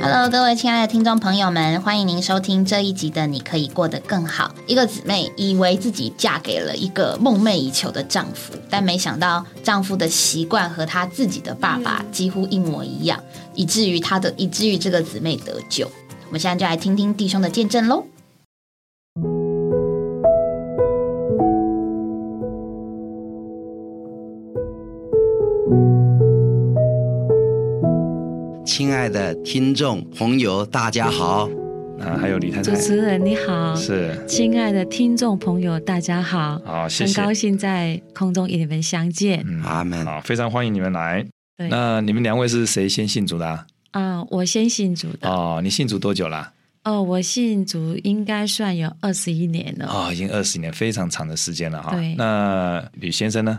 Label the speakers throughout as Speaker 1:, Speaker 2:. Speaker 1: Hello，各位亲爱的听众朋友们，欢迎您收听这一集的《你可以过得更好》。一个姊妹以为自己嫁给了一个梦寐以求的丈夫，但没想到丈夫的习惯和她自己的爸爸几乎一模一样，以至于她的以至于这个姊妹得救。我们现在就来听听弟兄的见证喽。
Speaker 2: 亲爱的听众朋友，大家好。
Speaker 3: 啊，还有李太太
Speaker 4: 主，持人你好，
Speaker 3: 是
Speaker 4: 亲爱的听众朋友，大家好，
Speaker 3: 好，谢
Speaker 4: 很
Speaker 3: 谢，
Speaker 4: 高兴在空中与你们相见。
Speaker 3: 嗯
Speaker 2: 阿门
Speaker 3: 好，非常欢迎你们来。
Speaker 4: 对啊、
Speaker 3: 那你们两位是谁先信主的啊？
Speaker 4: 我先信主的，哦、
Speaker 3: 哦，你信主多久啦？
Speaker 4: 我信主应该算有二十一年了。
Speaker 3: 哦，已经二十年，非常长的时间了哈。
Speaker 4: 啊对
Speaker 3: 那吕先生呢？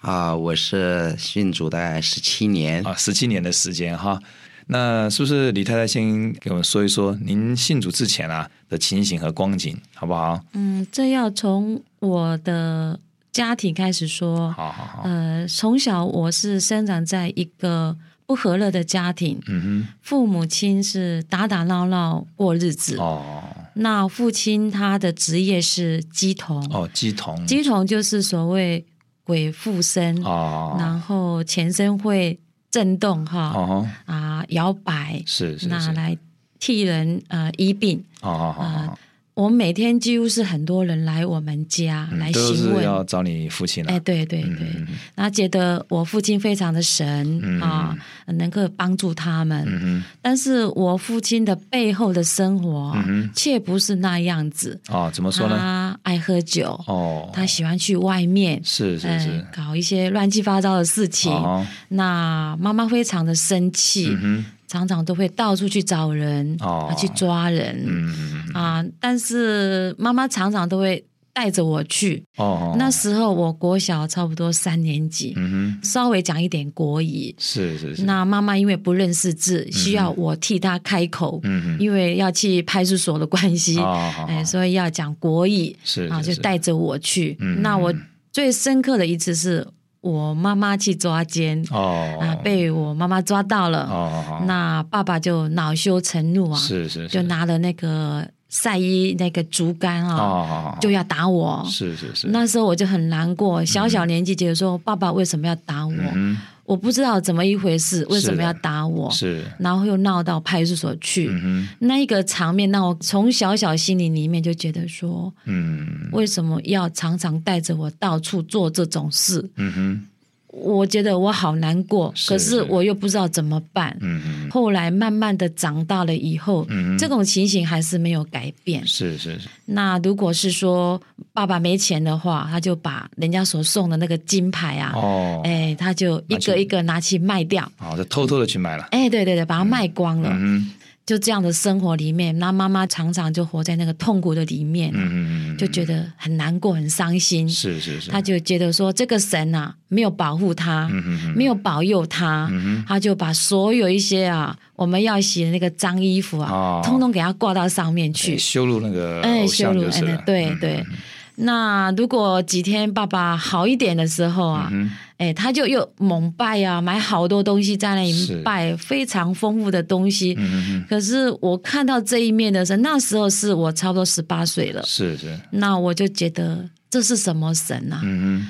Speaker 2: 啊！我是信主大概十七年
Speaker 3: 啊，十七年的时间哈。那是不是李太太先给我们说一说您信主之前啊的情形和光景，好不好？
Speaker 4: 嗯，这要从我的家庭开始说。
Speaker 3: 好好好，
Speaker 4: 呃，从小我是生长在一个不和乐的家庭，
Speaker 3: 嗯
Speaker 4: 父母亲是打打闹闹过日子。
Speaker 3: 哼，哦
Speaker 4: 那父亲他的职业是鸡童，
Speaker 3: 哦，鸡童，
Speaker 4: 鸡童就是所谓鬼附身，
Speaker 3: 哦
Speaker 4: 然后全身会震动哈、
Speaker 3: 哦，
Speaker 4: 啊摇摆，
Speaker 3: 是是是
Speaker 4: 那，来啊替人呃医病。
Speaker 3: 哦哦哦，
Speaker 4: 我们每天几乎是很多人来我们家、
Speaker 3: 嗯
Speaker 4: 来
Speaker 3: 都
Speaker 4: 询
Speaker 3: 是
Speaker 4: 问，
Speaker 3: 要找你父亲了
Speaker 4: 哎，。对对
Speaker 3: 嗯
Speaker 4: 对，
Speaker 3: 嗯嗯
Speaker 4: 然后觉得我父亲非常的神、
Speaker 3: 嗯
Speaker 4: 啊，能够帮助他们。
Speaker 3: 嗯哼。
Speaker 4: 但是我父亲的背后的生活、
Speaker 3: 嗯哼
Speaker 4: 却不是那样子，
Speaker 3: 哦，怎么说呢？
Speaker 4: 他爱喝酒，
Speaker 3: 哦，
Speaker 4: 他喜欢去外面，
Speaker 3: 是是
Speaker 4: 嗯
Speaker 3: 是，
Speaker 4: 搞一些乱七八糟的事情。
Speaker 3: 哦，
Speaker 4: 那妈妈非常的生气，
Speaker 3: 嗯哼，
Speaker 4: 常常都会到处去找人，
Speaker 3: 哦
Speaker 4: 啊去抓人、
Speaker 3: 嗯，嗯嗯
Speaker 4: 啊。但是妈妈常常都会带着我去。
Speaker 3: 哦，
Speaker 4: 那时候我国小差不多三年级，
Speaker 3: 嗯哼，
Speaker 4: 稍微讲一点国语。
Speaker 3: 是是是，
Speaker 4: 那妈妈因为不认识字，需要我替她开口，
Speaker 3: 嗯哼，
Speaker 4: 因为要去派出所的关系，
Speaker 3: 哦，好
Speaker 4: 哎，
Speaker 3: 好
Speaker 4: 所以要讲国语。
Speaker 3: 是
Speaker 4: 啊，
Speaker 3: 是
Speaker 4: 就是带着我去。
Speaker 3: 嗯
Speaker 4: 那我最深刻的一次是我妈妈去抓奸、
Speaker 3: 哦
Speaker 4: 啊，被我妈妈抓到了。
Speaker 3: 哦好
Speaker 4: 那爸爸就恼羞成怒啊，
Speaker 3: 是是
Speaker 4: 就是拿了那个晒衣那个竹竿
Speaker 3: 哦
Speaker 4: 啊，
Speaker 3: 好好
Speaker 4: 就要打我。
Speaker 3: 是是是，
Speaker 4: 那时候我就很难过，小小年纪觉得说、爸爸为什么要打我？
Speaker 3: 嗯
Speaker 4: 我不知道怎么一回事，为什么要打我
Speaker 3: 哼，？是
Speaker 4: 然后又闹到派出所去，
Speaker 3: 嗯哼
Speaker 4: 那一个场面让我从小小心里里面就觉得说，
Speaker 3: 嗯
Speaker 4: 为什么要常常带着我到处做这种事？
Speaker 3: 嗯哼
Speaker 4: 我觉得我好难过，
Speaker 3: 是
Speaker 4: 可是我又不知道怎么办。
Speaker 3: 嗯嗯
Speaker 4: 后来慢慢的长大了以后，
Speaker 3: 嗯
Speaker 4: 这种情形还是没有改变。
Speaker 3: 是是是
Speaker 4: 那如果是说爸爸没钱的话，他就把人家所送的那个金牌啊，
Speaker 3: 哦，
Speaker 4: 哎，他就一个一个拿去卖掉。
Speaker 3: 好就偷偷的去买了，
Speaker 4: 哎，对对对，把它卖光了。
Speaker 3: 嗯哼
Speaker 4: 就这样的生活里面，那妈妈常常就活在那个痛苦的里面，
Speaker 3: 嗯嗯嗯，嗯
Speaker 4: 就觉得很难过、很伤心。
Speaker 3: 是是是，
Speaker 4: 他就觉得说这个神啊没有保护他，
Speaker 3: 嗯哼嗯
Speaker 4: 没有保佑他，
Speaker 3: 嗯
Speaker 4: 他就把所有一些啊我们要洗的那个脏衣服啊，
Speaker 3: 哦
Speaker 4: 通通给他挂到上面
Speaker 3: 去
Speaker 4: 去，
Speaker 3: 羞辱那个
Speaker 4: 哎，
Speaker 3: 偶
Speaker 4: 羞
Speaker 3: 像
Speaker 4: 辱，
Speaker 3: 就是嗯
Speaker 4: 哎
Speaker 3: 了，
Speaker 4: 对对。那如果几天爸爸好一点的时候啊，
Speaker 3: 嗯
Speaker 4: 哎，他就又猛拜啊，买好多东西在那
Speaker 3: 是
Speaker 4: 里拜，非常丰富的东西。
Speaker 3: 嗯
Speaker 4: 可是我看到这一面的时候，那时候是我差不多十八岁了
Speaker 3: 哼，是是
Speaker 4: 那我就觉得这是什么神啊？
Speaker 3: 嗯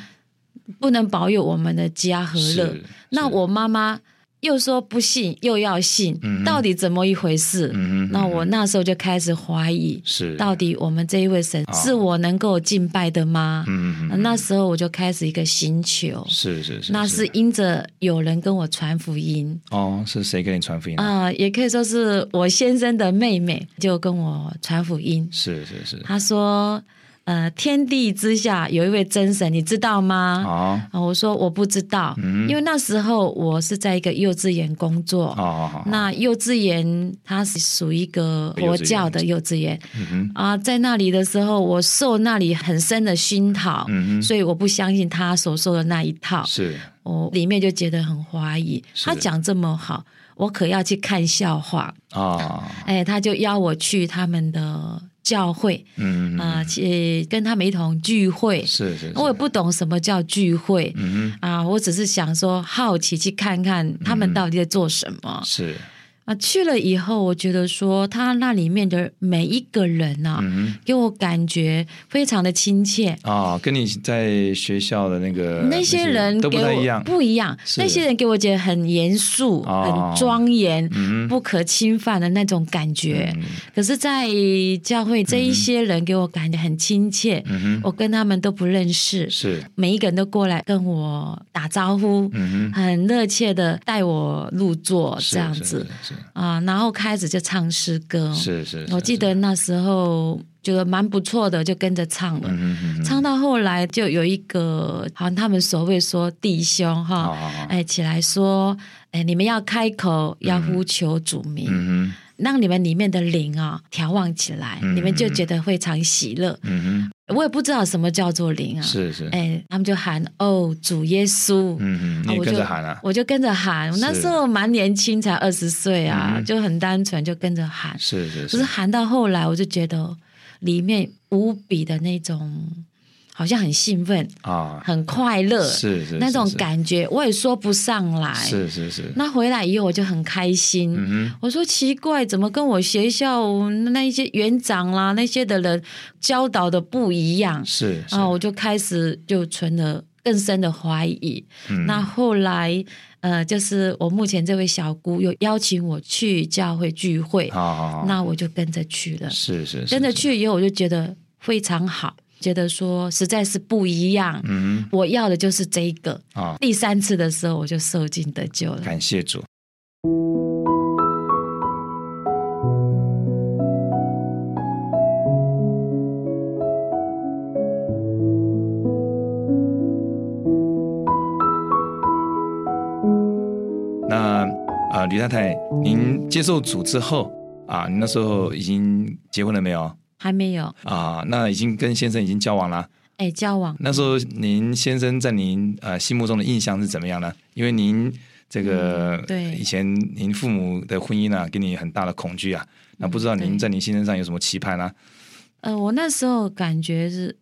Speaker 4: 不能保佑我们的家和
Speaker 3: 哼
Speaker 4: 乐。
Speaker 3: 是，
Speaker 4: 那
Speaker 3: 是
Speaker 4: 我妈妈又说不信，又要信，
Speaker 3: 嗯
Speaker 4: 到底怎么一回事？
Speaker 3: 嗯哼
Speaker 4: 那我那时候就开始怀疑，
Speaker 3: 是
Speaker 4: 到底我们这一位神
Speaker 3: 哦
Speaker 4: 是我能够敬拜的吗？
Speaker 3: 嗯嗯嗯
Speaker 4: 那时候我就开始一个寻求，
Speaker 3: 是是是，
Speaker 4: 那是因着有人跟我传福音。
Speaker 3: 哦，是谁给你传福音的？
Speaker 4: 啊、也可以说是我先生的妹妹就跟我传福音，
Speaker 3: 是是是，
Speaker 4: 她说：“呃，天地之下有一位真神，你知道吗？”
Speaker 3: 哦
Speaker 4: 啊，我说我不知道，
Speaker 3: 嗯
Speaker 4: 因为那时候我是在一个幼稚园工作。
Speaker 3: 哦哦，哦
Speaker 4: 那幼稚园它是属于一个佛教的幼稚园
Speaker 3: 嗯哼
Speaker 4: 啊、在那里的时候，我受那里很深的熏陶，
Speaker 3: 嗯哼
Speaker 4: 所以我不相信他所说的那一套，
Speaker 3: 是
Speaker 4: 我里面就觉得很怀疑。
Speaker 3: 是
Speaker 4: 他讲这么好，我可要去看笑话。
Speaker 3: 哦，
Speaker 4: 哎，他就邀我去他们的教会
Speaker 3: 嗯嗯
Speaker 4: 啊、去跟他们一同聚会。
Speaker 3: 是是，是
Speaker 4: 我也不懂什么叫聚会，
Speaker 3: 嗯
Speaker 4: 啊，我只是想说好奇去看看他们到底在做什
Speaker 3: 嗯
Speaker 4: 么
Speaker 3: 哼，。是
Speaker 4: 啊，去了以后，我觉得说他那里面的每一个人啊，
Speaker 3: 嗯
Speaker 4: 给我感觉非常的亲切。
Speaker 3: 哼，啊，跟你在学校的呃那个
Speaker 4: 那些人
Speaker 3: 都
Speaker 4: 给
Speaker 3: 不
Speaker 4: 我
Speaker 3: 太一样，
Speaker 4: 不一样。
Speaker 3: 是
Speaker 4: 那些人给我觉得很严肃、
Speaker 3: 哦
Speaker 4: 很庄严、
Speaker 3: 嗯哼
Speaker 4: 不可侵犯的那种感觉。
Speaker 3: 嗯
Speaker 4: 可是，在教会这一些人给我感觉很亲切，
Speaker 3: 嗯哼，
Speaker 4: 我跟他们都不认识，
Speaker 3: 是，
Speaker 4: 每一个人都过来跟我打招呼，
Speaker 3: 嗯哼，
Speaker 4: 很热切的带我入座
Speaker 3: 是
Speaker 4: 这样
Speaker 3: 是
Speaker 4: 子
Speaker 3: 是
Speaker 4: 啊、然后开始就唱诗歌。
Speaker 3: 是是，是
Speaker 4: 我记，得那时候觉得蛮不错的，就跟着唱了。
Speaker 3: 是嗯哼嗯哼，
Speaker 4: 唱到后来就有一个，好像他们所谓说弟兄
Speaker 3: 好
Speaker 4: 哈，
Speaker 3: 好好，
Speaker 4: 哎，起来说，哎，你们要开口，要呼求主名，
Speaker 3: 嗯哼，
Speaker 4: 让你们里面的灵啊眺望起来，
Speaker 3: 嗯
Speaker 4: 你们就觉得非常喜乐。
Speaker 3: 嗯
Speaker 4: 我也不知道什么叫做灵啊
Speaker 3: 哼，，是是，
Speaker 4: 哎，他们就喊哦，主耶稣。
Speaker 3: 嗯哼，
Speaker 4: 啊
Speaker 3: 你也
Speaker 4: 我
Speaker 3: 跟
Speaker 4: 就
Speaker 3: 着喊啊，
Speaker 4: 我就跟着喊，我那
Speaker 3: 是
Speaker 4: 时候蛮年轻，才二十岁啊，
Speaker 3: 嗯
Speaker 4: 就很单纯，就跟着喊。
Speaker 3: 是是
Speaker 4: 可是喊到后来，我就觉得里面无比的那种，好像很兴奋、
Speaker 3: 啊，
Speaker 4: 很快乐，
Speaker 3: 是是
Speaker 4: 那种
Speaker 3: 是是
Speaker 4: 感觉，我也说不上来。
Speaker 3: 是是是，
Speaker 4: 那回来以后，我就很开心。
Speaker 3: 嗯哼，
Speaker 4: 我说奇怪，怎么跟我学校那一些园长啦那些的人教导的不一样
Speaker 3: 是是
Speaker 4: 啊？我就开始就存了更深的怀疑。
Speaker 3: 嗯
Speaker 4: 那后来，呃，就是我目前这位小姑有邀请我去教会聚会，
Speaker 3: 好好好，
Speaker 4: 那我就跟着去了。
Speaker 3: 啊是是是
Speaker 4: 跟着
Speaker 3: 是，
Speaker 4: 去以后，我就觉得非常好，觉得说实在是不一样。
Speaker 3: 嗯
Speaker 4: 我要的就是这一个。
Speaker 3: 哼啊，
Speaker 4: 第三次的时候，我就受尽得救了。
Speaker 3: 感谢主，那呃，吕太太，您接受主之后啊，您那时候已经结婚了没有？
Speaker 4: 还没有，
Speaker 3: 啊，那已经跟先生已经交往了。
Speaker 4: 哎，交往
Speaker 3: 那时候您先生在您呃心目中的印象是怎么样呢？因为您这个、
Speaker 4: 嗯对
Speaker 3: 以前您父母的婚姻啊，给你很大的恐惧啊，那不知道您
Speaker 4: 嗯对
Speaker 3: 在您先生上有什么期盼啊？
Speaker 4: 呃，我那时候感觉是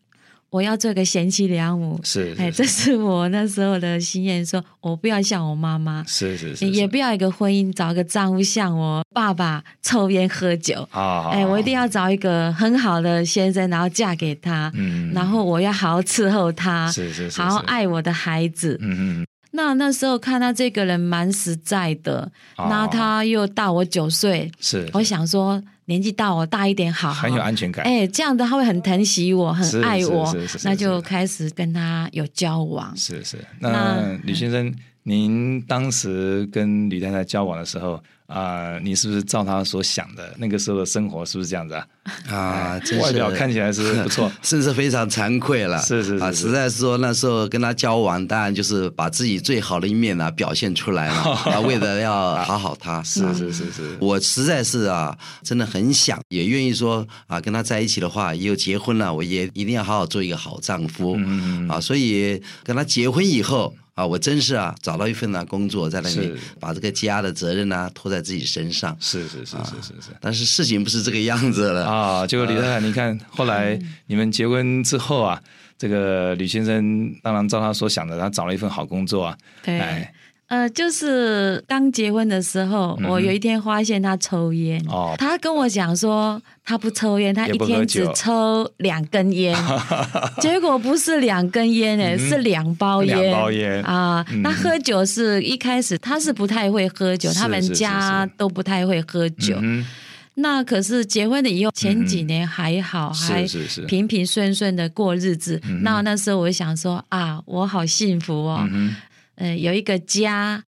Speaker 4: 我要做个贤妻良母。
Speaker 3: 是
Speaker 4: 哎，这
Speaker 3: 是
Speaker 4: 是我那时候的心愿，说我不要像我妈妈，
Speaker 3: 是是是，
Speaker 4: 也
Speaker 3: 是
Speaker 4: 不要一个婚姻，找个丈夫像我爸爸抽烟喝酒。
Speaker 3: 啊，
Speaker 4: 哎，我一定
Speaker 3: 要
Speaker 4: 要找一个很好的先生，然后嫁给他，
Speaker 3: 嗯
Speaker 4: 然后我要好好伺候他，
Speaker 3: 是是是
Speaker 4: 好好
Speaker 3: 是
Speaker 4: 爱我的孩子。
Speaker 3: 嗯嗯，
Speaker 4: 那那时候看他这个人蛮实在的，
Speaker 3: 哦
Speaker 4: 那他又大我九岁，
Speaker 3: 是
Speaker 4: 我想说年纪大我大一点好，
Speaker 3: 很有安全感，
Speaker 4: 哎，这样的他会很疼惜我，
Speaker 3: 是
Speaker 4: 很爱我
Speaker 3: 是是是是，
Speaker 4: 那
Speaker 3: 是
Speaker 4: 就开始跟他有交往。
Speaker 3: 是是。那
Speaker 4: 那嗯
Speaker 3: 吕先生，您当时跟吕太太交往的时候啊、你是不是照她所想的那个时候的生活是不是这样子啊？
Speaker 2: 啊，真是，
Speaker 3: 外表看起来是不错
Speaker 2: 甚至非常惭愧了。
Speaker 3: 是是是
Speaker 2: 啊，
Speaker 3: 是
Speaker 2: 实在是说那时候跟他交往，当然就是把自己最好的一面呢、表现出来了，啊，为了要讨好他。是
Speaker 3: 是是是是，
Speaker 2: 我实在是啊，真的很想，也愿意说啊，跟他在一起的话，以后结婚了，我也一定要好好做一个好丈夫、
Speaker 3: 嗯
Speaker 2: 啊。所以跟他结婚以后啊，我真是啊，找到一份呢、工作，在那里
Speaker 3: 是
Speaker 2: 把这个家的责任呢、拖在自己身上。
Speaker 3: 是是是是是是。
Speaker 2: 但是事情不是这个样子了
Speaker 3: 啊，结果李太太，你看后来
Speaker 4: 嗯
Speaker 3: 你们结婚之后啊，这个吕先生当然照他所想的，他找了一份好工作啊，
Speaker 4: 对
Speaker 3: 哎，，
Speaker 4: 呃，就是刚结婚的时候，
Speaker 3: 嗯哼
Speaker 4: 我有一天发现他抽烟，
Speaker 3: 哦
Speaker 4: 他跟我讲说他不抽烟，他
Speaker 3: 也
Speaker 4: 一
Speaker 3: 不喝
Speaker 4: 天
Speaker 3: 酒
Speaker 4: 只抽两根 烟，结果不是两根烟诶、是两包烟，
Speaker 3: 嗯两包烟
Speaker 4: 啊。
Speaker 3: 嗯
Speaker 4: 那喝酒是一开始他是不太会喝酒，
Speaker 3: 是
Speaker 4: 他们
Speaker 3: 是是
Speaker 4: 家
Speaker 3: 是
Speaker 4: 都不太会喝酒。
Speaker 3: 嗯
Speaker 4: 那可是结婚了以后，前几年还好，
Speaker 3: 哼，
Speaker 4: 还
Speaker 3: 是是是，
Speaker 4: 平平顺顺的过日子。那那时候我就想说啊，我好幸福哦，
Speaker 3: 嗯嗯哼
Speaker 4: 呃，有一个家。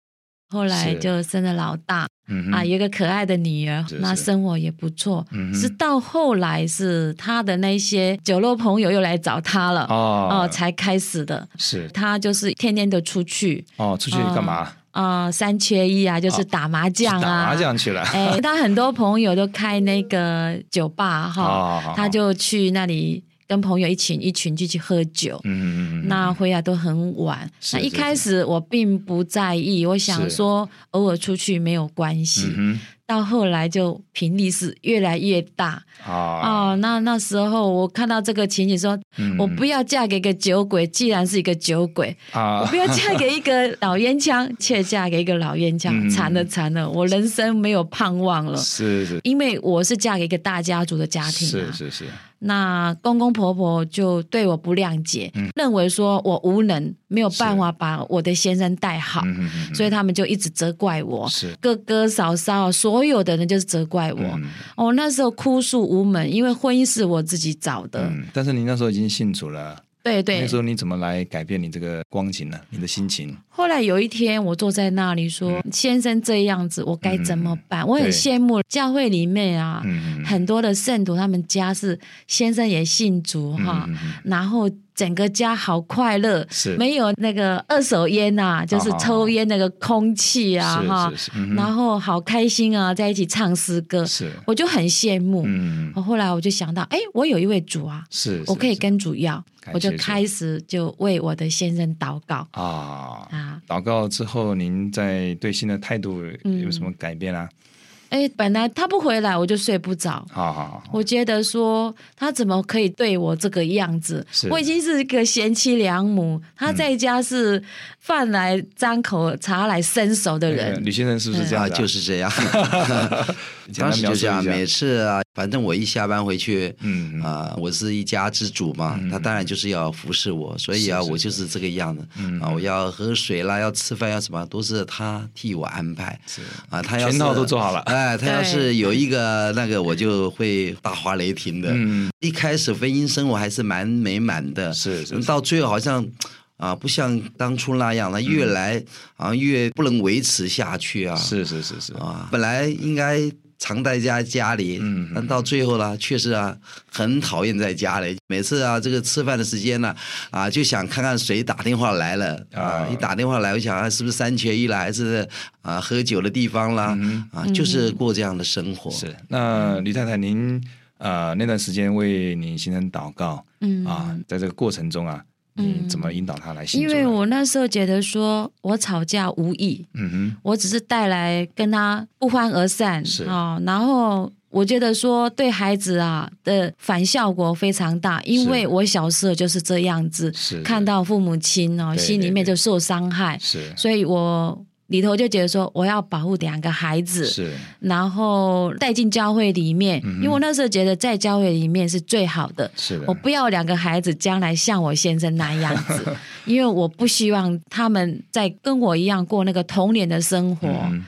Speaker 4: 后来
Speaker 3: 是
Speaker 4: 就生了老大
Speaker 3: 嗯哼
Speaker 4: 啊，有一个可爱的女儿
Speaker 3: 是，
Speaker 4: 那
Speaker 3: 是
Speaker 4: 生活也不错。
Speaker 3: 嗯
Speaker 4: 是
Speaker 3: 哼
Speaker 4: 到后来是他的那些酒肉朋友又来找他了，
Speaker 3: 哦
Speaker 4: 哦，才开始的。
Speaker 3: 是
Speaker 4: 他就是天天的出去
Speaker 3: 哦，出去干嘛？
Speaker 4: 啊、呃三缺一啊，就是打麻
Speaker 3: 去
Speaker 4: 将
Speaker 3: 哦打
Speaker 4: 啊，
Speaker 3: 麻将去了，
Speaker 4: 哎，他很多朋友都开那个酒吧哈，
Speaker 3: 哦，
Speaker 4: 他就去那里跟朋友一群一群就去喝酒。
Speaker 3: 嗯嗯嗯嗯，
Speaker 4: 那回来都很晚。
Speaker 3: 是
Speaker 4: 那一
Speaker 3: 是
Speaker 4: 开始我并不在意，我想
Speaker 3: 是
Speaker 4: 说偶尔出去没有关系。
Speaker 3: 嗯哼
Speaker 4: 到后来就频率是越来越大
Speaker 3: 啊，
Speaker 4: 哦。那那时候我看到这个情景说，
Speaker 3: 嗯
Speaker 4: 我不要嫁给一个酒鬼，既然是一个酒 鬼，我
Speaker 3: 啊
Speaker 4: 不，要嫁给一个老烟枪，却嫁给一个老烟枪，
Speaker 3: 嗯
Speaker 4: 惨了惨了，我人生没有盼望了。
Speaker 3: 是是
Speaker 4: 因为我是嫁给一个大家族的家庭、
Speaker 3: 是
Speaker 4: 啊，
Speaker 3: 是是，
Speaker 4: 那公公婆婆就对我不谅解，
Speaker 3: 嗯
Speaker 4: 认为说我无能，没有办法把我的先生带好，
Speaker 3: 嗯嗯嗯
Speaker 4: 所以他们就一直责怪我。
Speaker 3: 是
Speaker 4: 哥哥、嫂嫂，所有的人就是责怪我。
Speaker 3: 嗯
Speaker 4: 哦，那时候哭诉无门，因为婚姻是我自己找的。
Speaker 3: 嗯，但是你那时候已经信主了，
Speaker 4: 对对啊
Speaker 3: 那时。候你怎么来改变你这个光景呢？你的心情
Speaker 4: 后来有一天，我坐在那里说：“
Speaker 3: 嗯
Speaker 4: 先生这样子，我该怎么办？”我很
Speaker 3: 对
Speaker 4: 羡慕教会里面啊，
Speaker 3: 嗯嗯嗯嗯
Speaker 4: 很多的圣徒，他们家是先生也信主哈，
Speaker 3: 嗯嗯嗯
Speaker 4: 然后整个家好快乐，
Speaker 3: 是啊
Speaker 4: 没有那个二手烟呐、就是抽烟那个空气啊
Speaker 3: 是
Speaker 4: 哈
Speaker 3: 是，是，嗯
Speaker 4: 然后好开心啊，在一起唱诗歌，
Speaker 3: 是
Speaker 4: 我就很羡慕。
Speaker 3: 嗯
Speaker 4: 后来我就想到，哎，我有一位主啊，
Speaker 3: 是，
Speaker 4: 我可以
Speaker 3: 是
Speaker 4: 跟主要，
Speaker 3: 感谢
Speaker 4: 我就
Speaker 3: 主
Speaker 4: 开始就为我的先生祷告
Speaker 3: 啊。
Speaker 4: 啊。
Speaker 3: 祷告之后，您在对新的态度有什么改变啊？
Speaker 4: 哎，本来他不回来，我就睡不着。
Speaker 3: 好好好，
Speaker 4: 我觉得说他怎么可以对我这个样子
Speaker 3: 是？嗯
Speaker 4: 我已经是一个贤妻良母，他在家是饭来张口、茶来伸手的
Speaker 3: 那个
Speaker 4: 人。
Speaker 3: 吕先生是不是这样
Speaker 2: 啊，
Speaker 3: 子啊？
Speaker 2: 就是这 样。
Speaker 3: 简
Speaker 2: 当
Speaker 3: 单
Speaker 2: 时
Speaker 3: 描
Speaker 2: 就
Speaker 3: 述一
Speaker 2: 这样，
Speaker 3: 下
Speaker 2: 每次啊，反正我一下班回去，
Speaker 3: 嗯嗯
Speaker 2: 啊、我是一家之主嘛，他当然就是要服侍我，所以啊，
Speaker 3: 是是嗯
Speaker 2: 我就是这个样子啊，我要喝水啦，要吃饭，要什么，都是他替我安排。啊，他要是
Speaker 3: 全套都做好了
Speaker 2: 哎，他要是有一个那个，我就会大发雷霆的。
Speaker 3: 嗯，
Speaker 2: 一开始婚姻生活还是蛮美满的，
Speaker 3: 是是嗯
Speaker 2: 到最后好像。啊，不像当初那样，那越来好像越不能维持下去啊。
Speaker 3: 是是是是，
Speaker 2: 啊，本来应该常在家家里，
Speaker 3: 嗯
Speaker 2: 但到最后呢，确实啊，很讨厌在家里。每次啊，这个吃饭的时间呢、啊，就想看看谁打电话来了啊
Speaker 3: 啊，
Speaker 2: 一打电话来，我想啊，是不是三缺一了，还是啊喝酒的地方啦，啊，就是过这样的生活。
Speaker 3: 嗯是。那李太太，您呃那段时间为你先生祷告
Speaker 4: 嗯
Speaker 3: 啊，在这个过程中啊，你怎么引导他来信
Speaker 4: 因
Speaker 3: 主呢？啊
Speaker 4: 为我那时候觉得说我吵架无益，
Speaker 3: 嗯
Speaker 4: 我只是带来跟他不欢而散
Speaker 3: 是
Speaker 4: 啊、然后。我觉得说对孩子啊的反效果非常大，因为我小时候就是这样子，
Speaker 3: 是
Speaker 4: 看到父母亲哦，
Speaker 3: 对
Speaker 4: 心里面
Speaker 3: 对
Speaker 4: 就受伤害
Speaker 3: 哼，，是
Speaker 4: 所以我里头就觉得说，我要保护两个孩子，
Speaker 3: 是嗯
Speaker 4: 然后带进教会里面，因为我那时候觉得在教会里面是最好的。
Speaker 3: 是的
Speaker 4: 我，不要两个孩子将来像我先生那样 子，因为我不希望他们在跟我一样过那个童年的生活、
Speaker 3: 嗯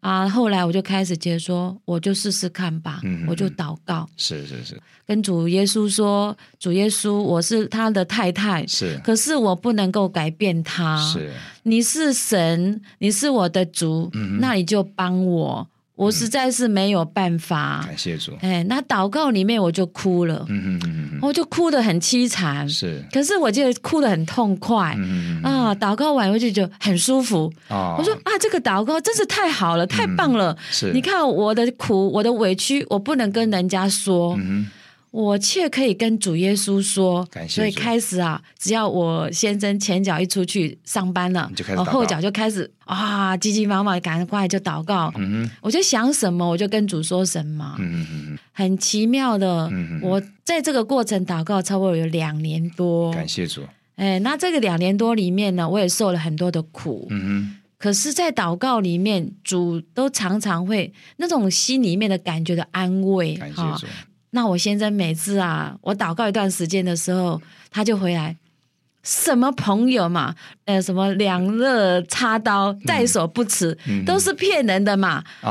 Speaker 4: 啊。后来我就开始觉得说，我就试试看吧，
Speaker 3: 嗯嗯
Speaker 4: 我就祷告，
Speaker 3: 是是是
Speaker 4: 跟主耶稣说：“主耶稣，我是他的太太，
Speaker 3: 是
Speaker 4: 可啊是我不能够改变他。
Speaker 3: 是
Speaker 4: 你是神，你是我的主，
Speaker 3: 嗯
Speaker 4: 那你就帮我，我实在是没有办法。
Speaker 3: 感谢主，
Speaker 4: 哎，那祷告里面我就哭了，
Speaker 3: 嗯嗯嗯嗯
Speaker 4: 我就哭得很凄惨
Speaker 3: 嗯，，是
Speaker 4: 可是我觉得哭得很痛快。
Speaker 3: 嗯嗯嗯
Speaker 4: 啊，祷告完我就觉得很舒服。
Speaker 3: 啊，
Speaker 4: 我说啊，这个祷告真是太好
Speaker 3: 嗯
Speaker 4: 了，太棒了！
Speaker 3: 是
Speaker 4: 你看我的苦，我的委屈，我不能跟人家说，
Speaker 3: 嗯
Speaker 4: 我却可以跟主耶稣说
Speaker 3: 感。谢
Speaker 4: 所以
Speaker 3: 主
Speaker 4: 开始啊，只要我先生前脚一出去上班了
Speaker 3: 你就开，始
Speaker 4: 我
Speaker 3: 祷告
Speaker 4: 后脚就开始啊，急急忙忙赶快就祷告。我就想什么，我就跟主说什么，
Speaker 3: 嗯嗯
Speaker 4: 很奇妙的。
Speaker 3: 嗯
Speaker 4: 我在这个过程祷告差不多有两年多
Speaker 3: 嗯，，感谢主，
Speaker 4: 哎，那这个两年多里面呢，我也受了很多的苦。
Speaker 3: 嗯
Speaker 4: 可是，在祷告里面，主都常常会那种心里面的感觉的安慰
Speaker 3: 嗯，感
Speaker 4: 啊
Speaker 3: 谢主，
Speaker 4: 那我先生每次啊，我祷告一段时间的时候，他就回来，什么朋友嘛，呃，什么两肋插刀，在所不辞，都是骗人的嘛。
Speaker 3: 嗯哦，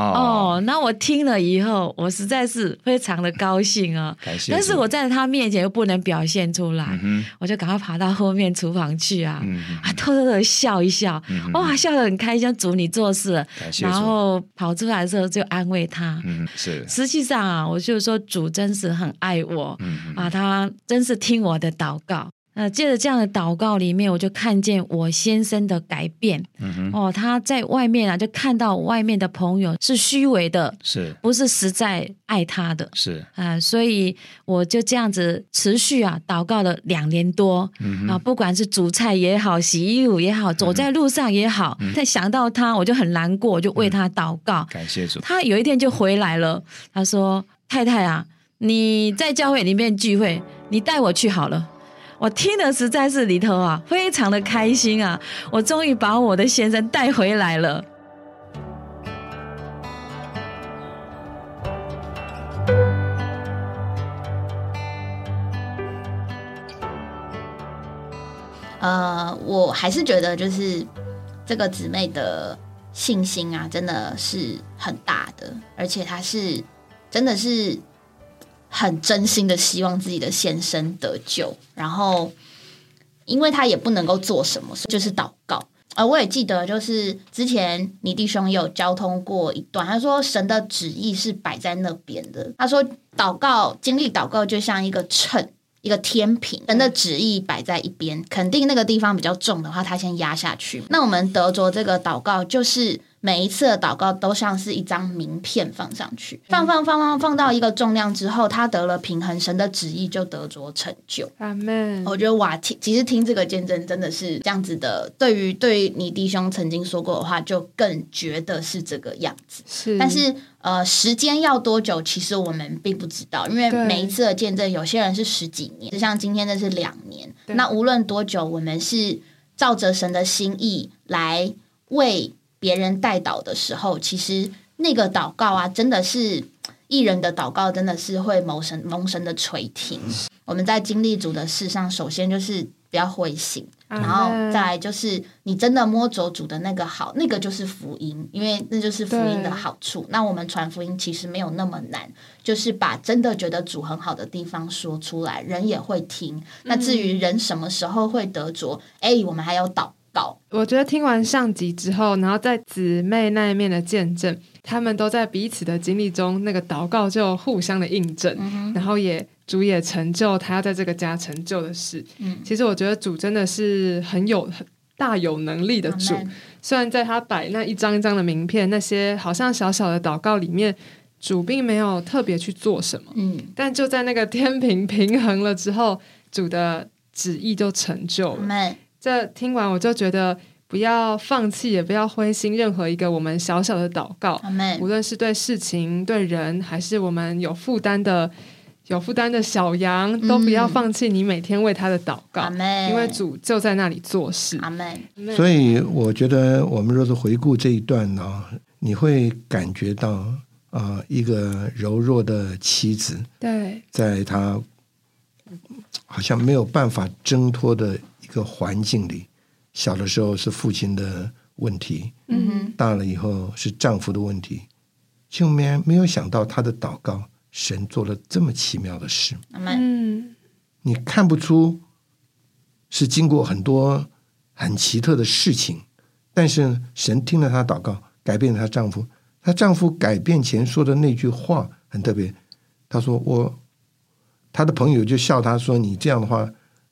Speaker 4: 哦，那我听了以后，我实在是非常的高兴啊、
Speaker 3: 感谢主，
Speaker 4: 但是我在他面前又不能表现出来，
Speaker 3: 嗯
Speaker 4: 我就赶快爬到后面厨房去啊，
Speaker 3: 嗯嗯
Speaker 4: 啊，偷偷的笑一笑，哇，笑得很开心，主你做事了，
Speaker 3: 感谢主
Speaker 4: 然后跑出来的时候就安慰他，
Speaker 3: 嗯是
Speaker 4: 实际
Speaker 3: 嗯
Speaker 4: 上啊，我就说主真是很爱我，啊，他真是听我的祷告。呃，借着这样的祷告里面，我就看见我先生的改变。嗯、哦，他在外面啊，就看到外面的朋友是虚伪的，
Speaker 3: 是
Speaker 4: 不是实在爱他的。
Speaker 3: 是，
Speaker 4: 啊、所以我就这样子持续啊祷告了两年多、啊，不管是煮菜也好，洗衣服也好，走在路上也好，再、想到他，我就很难过，我就为他祷告。
Speaker 3: 感谢主，
Speaker 4: 他有一天就回来了，他说：“太太啊，你在教会里面聚会，你带我去好了。”我听了实在是里头啊，非常的开心啊！我终于把我的先生带回来了。
Speaker 1: 呃，我还是觉得就是这个姊妹的信心啊，真的是很大的，而且她是真的是很真心的希望自己的先生得救，然后因为她也不能够做什么，所以就是祷告。呃，我也记得，就是之前你弟兄也有交通过一段，他说神的旨意是摆在那边的。他说祷告，经历祷告就像一个秤，一个天平，人的旨意摆在一边，肯定那个地方比较重的话，他先压下去。那我们得着这个祷告，就是每一次的祷告都像是一张名片放上去，
Speaker 5: 嗯
Speaker 1: 放放放放放到一个重量之后，他得了平衡，神的旨意就得着成就。
Speaker 5: 阿门。
Speaker 1: 我觉得哇，听其实听这个见证真的是这样子的，对于对于你弟兄曾经说过的话，就更觉得是这个样子。
Speaker 5: 是，
Speaker 1: 但是呃，时间要多久，其实我们并不知道，因为
Speaker 5: 对
Speaker 1: 每一次的见证，有些人是十几年，就像今天这是两年。
Speaker 5: 对
Speaker 1: 那无论多久，我们是照着神的心意来为别人代祷的时候，其实那个祷告啊，真的是艺人的祷告，真的是会蒙神蒙神的垂听。我们在经历主的事上，首先就是不要灰心，
Speaker 5: 阿
Speaker 1: 然后
Speaker 5: 门
Speaker 1: 再来就是你真的摸着主的那个好，那个就是福音，因为那就是福音的好处。那我们传福音其实没有那么难，就是把真的觉得主很好的地方说出来，人也会听。那至于人什么时候会得着，哎、我们还有祷告。
Speaker 5: 我觉得听完上集之后，然后在姊妹那一面的见证，他们都在彼此的经历中，那个祷告就互相的印证，
Speaker 1: 嗯
Speaker 5: 然后也主也成就他要在这个家成就的事。
Speaker 1: 嗯
Speaker 5: 其实我觉得主真的是很有很大有能力的主，
Speaker 1: Amen
Speaker 5: 虽然在他摆那一张一张的名片，那些好像小小的祷告里面，主并没有特别去做什么，
Speaker 1: 嗯，
Speaker 5: 但就在那个天平平衡了之后，主的旨意就成就
Speaker 1: 我
Speaker 5: 了。
Speaker 1: 们
Speaker 5: 这听完我就觉得，不要放弃，也不要灰心，任何一个我们小小的祷告，
Speaker 1: 我们
Speaker 5: 无论是对事情、对人，还是我们有负担的、有负担的小羊，都不要放弃你每天为他的祷告
Speaker 1: 阿，门，
Speaker 5: 因为主就在那里做事。
Speaker 1: 阿门，
Speaker 6: 所以我觉得，我们若是回顾这一段呢、你会感觉到啊、一个柔弱的妻子，
Speaker 5: 对，
Speaker 6: 在她好像没有办法挣脱的一个环境里，小的时候是父亲的问题，
Speaker 1: 嗯哼，
Speaker 6: 大了以后是丈夫的问题，就没没有想到她的祷告，神做了这么奇妙的事。
Speaker 1: 阿门，
Speaker 5: 嗯，
Speaker 6: 你看不出是经过很多很奇特的事情，但是神听了她祷告，改变了她丈夫。她丈夫改变前说的那句话很特别，他说：“我。”她的朋友就笑她说：“你这样的话，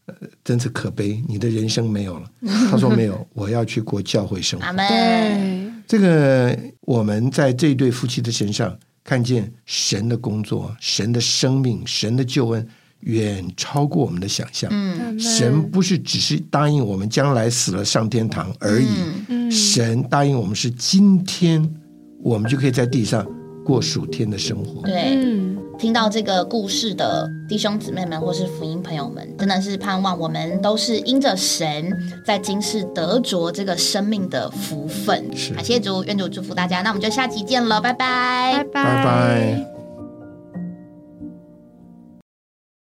Speaker 6: 呃，真是可悲，你的人生没有了。”她说：“没有，我要去过教会生活。
Speaker 1: 阿”门，
Speaker 5: 对，嗯
Speaker 6: 这个我们在这对夫妻的身上看见神的工作、神的生命、神的救恩，远超过我们的想象。
Speaker 1: 嗯
Speaker 5: 阿们
Speaker 6: 神不是只是答应我们将来死了上天堂而已，
Speaker 1: 嗯
Speaker 5: 嗯
Speaker 6: 神答应我们是今天我们就可以在地上过属天的生活。
Speaker 1: 对，
Speaker 5: 嗯，
Speaker 1: 听到这个故事的弟兄姊妹们，或是福音朋友们，真的是盼望我们都是因着神在今世得着这个生命的福分。
Speaker 6: 是
Speaker 1: 感谢主，愿主祝福大家。那我们就下期见了，拜
Speaker 5: 拜
Speaker 1: 拜
Speaker 5: 拜
Speaker 6: 拜拜。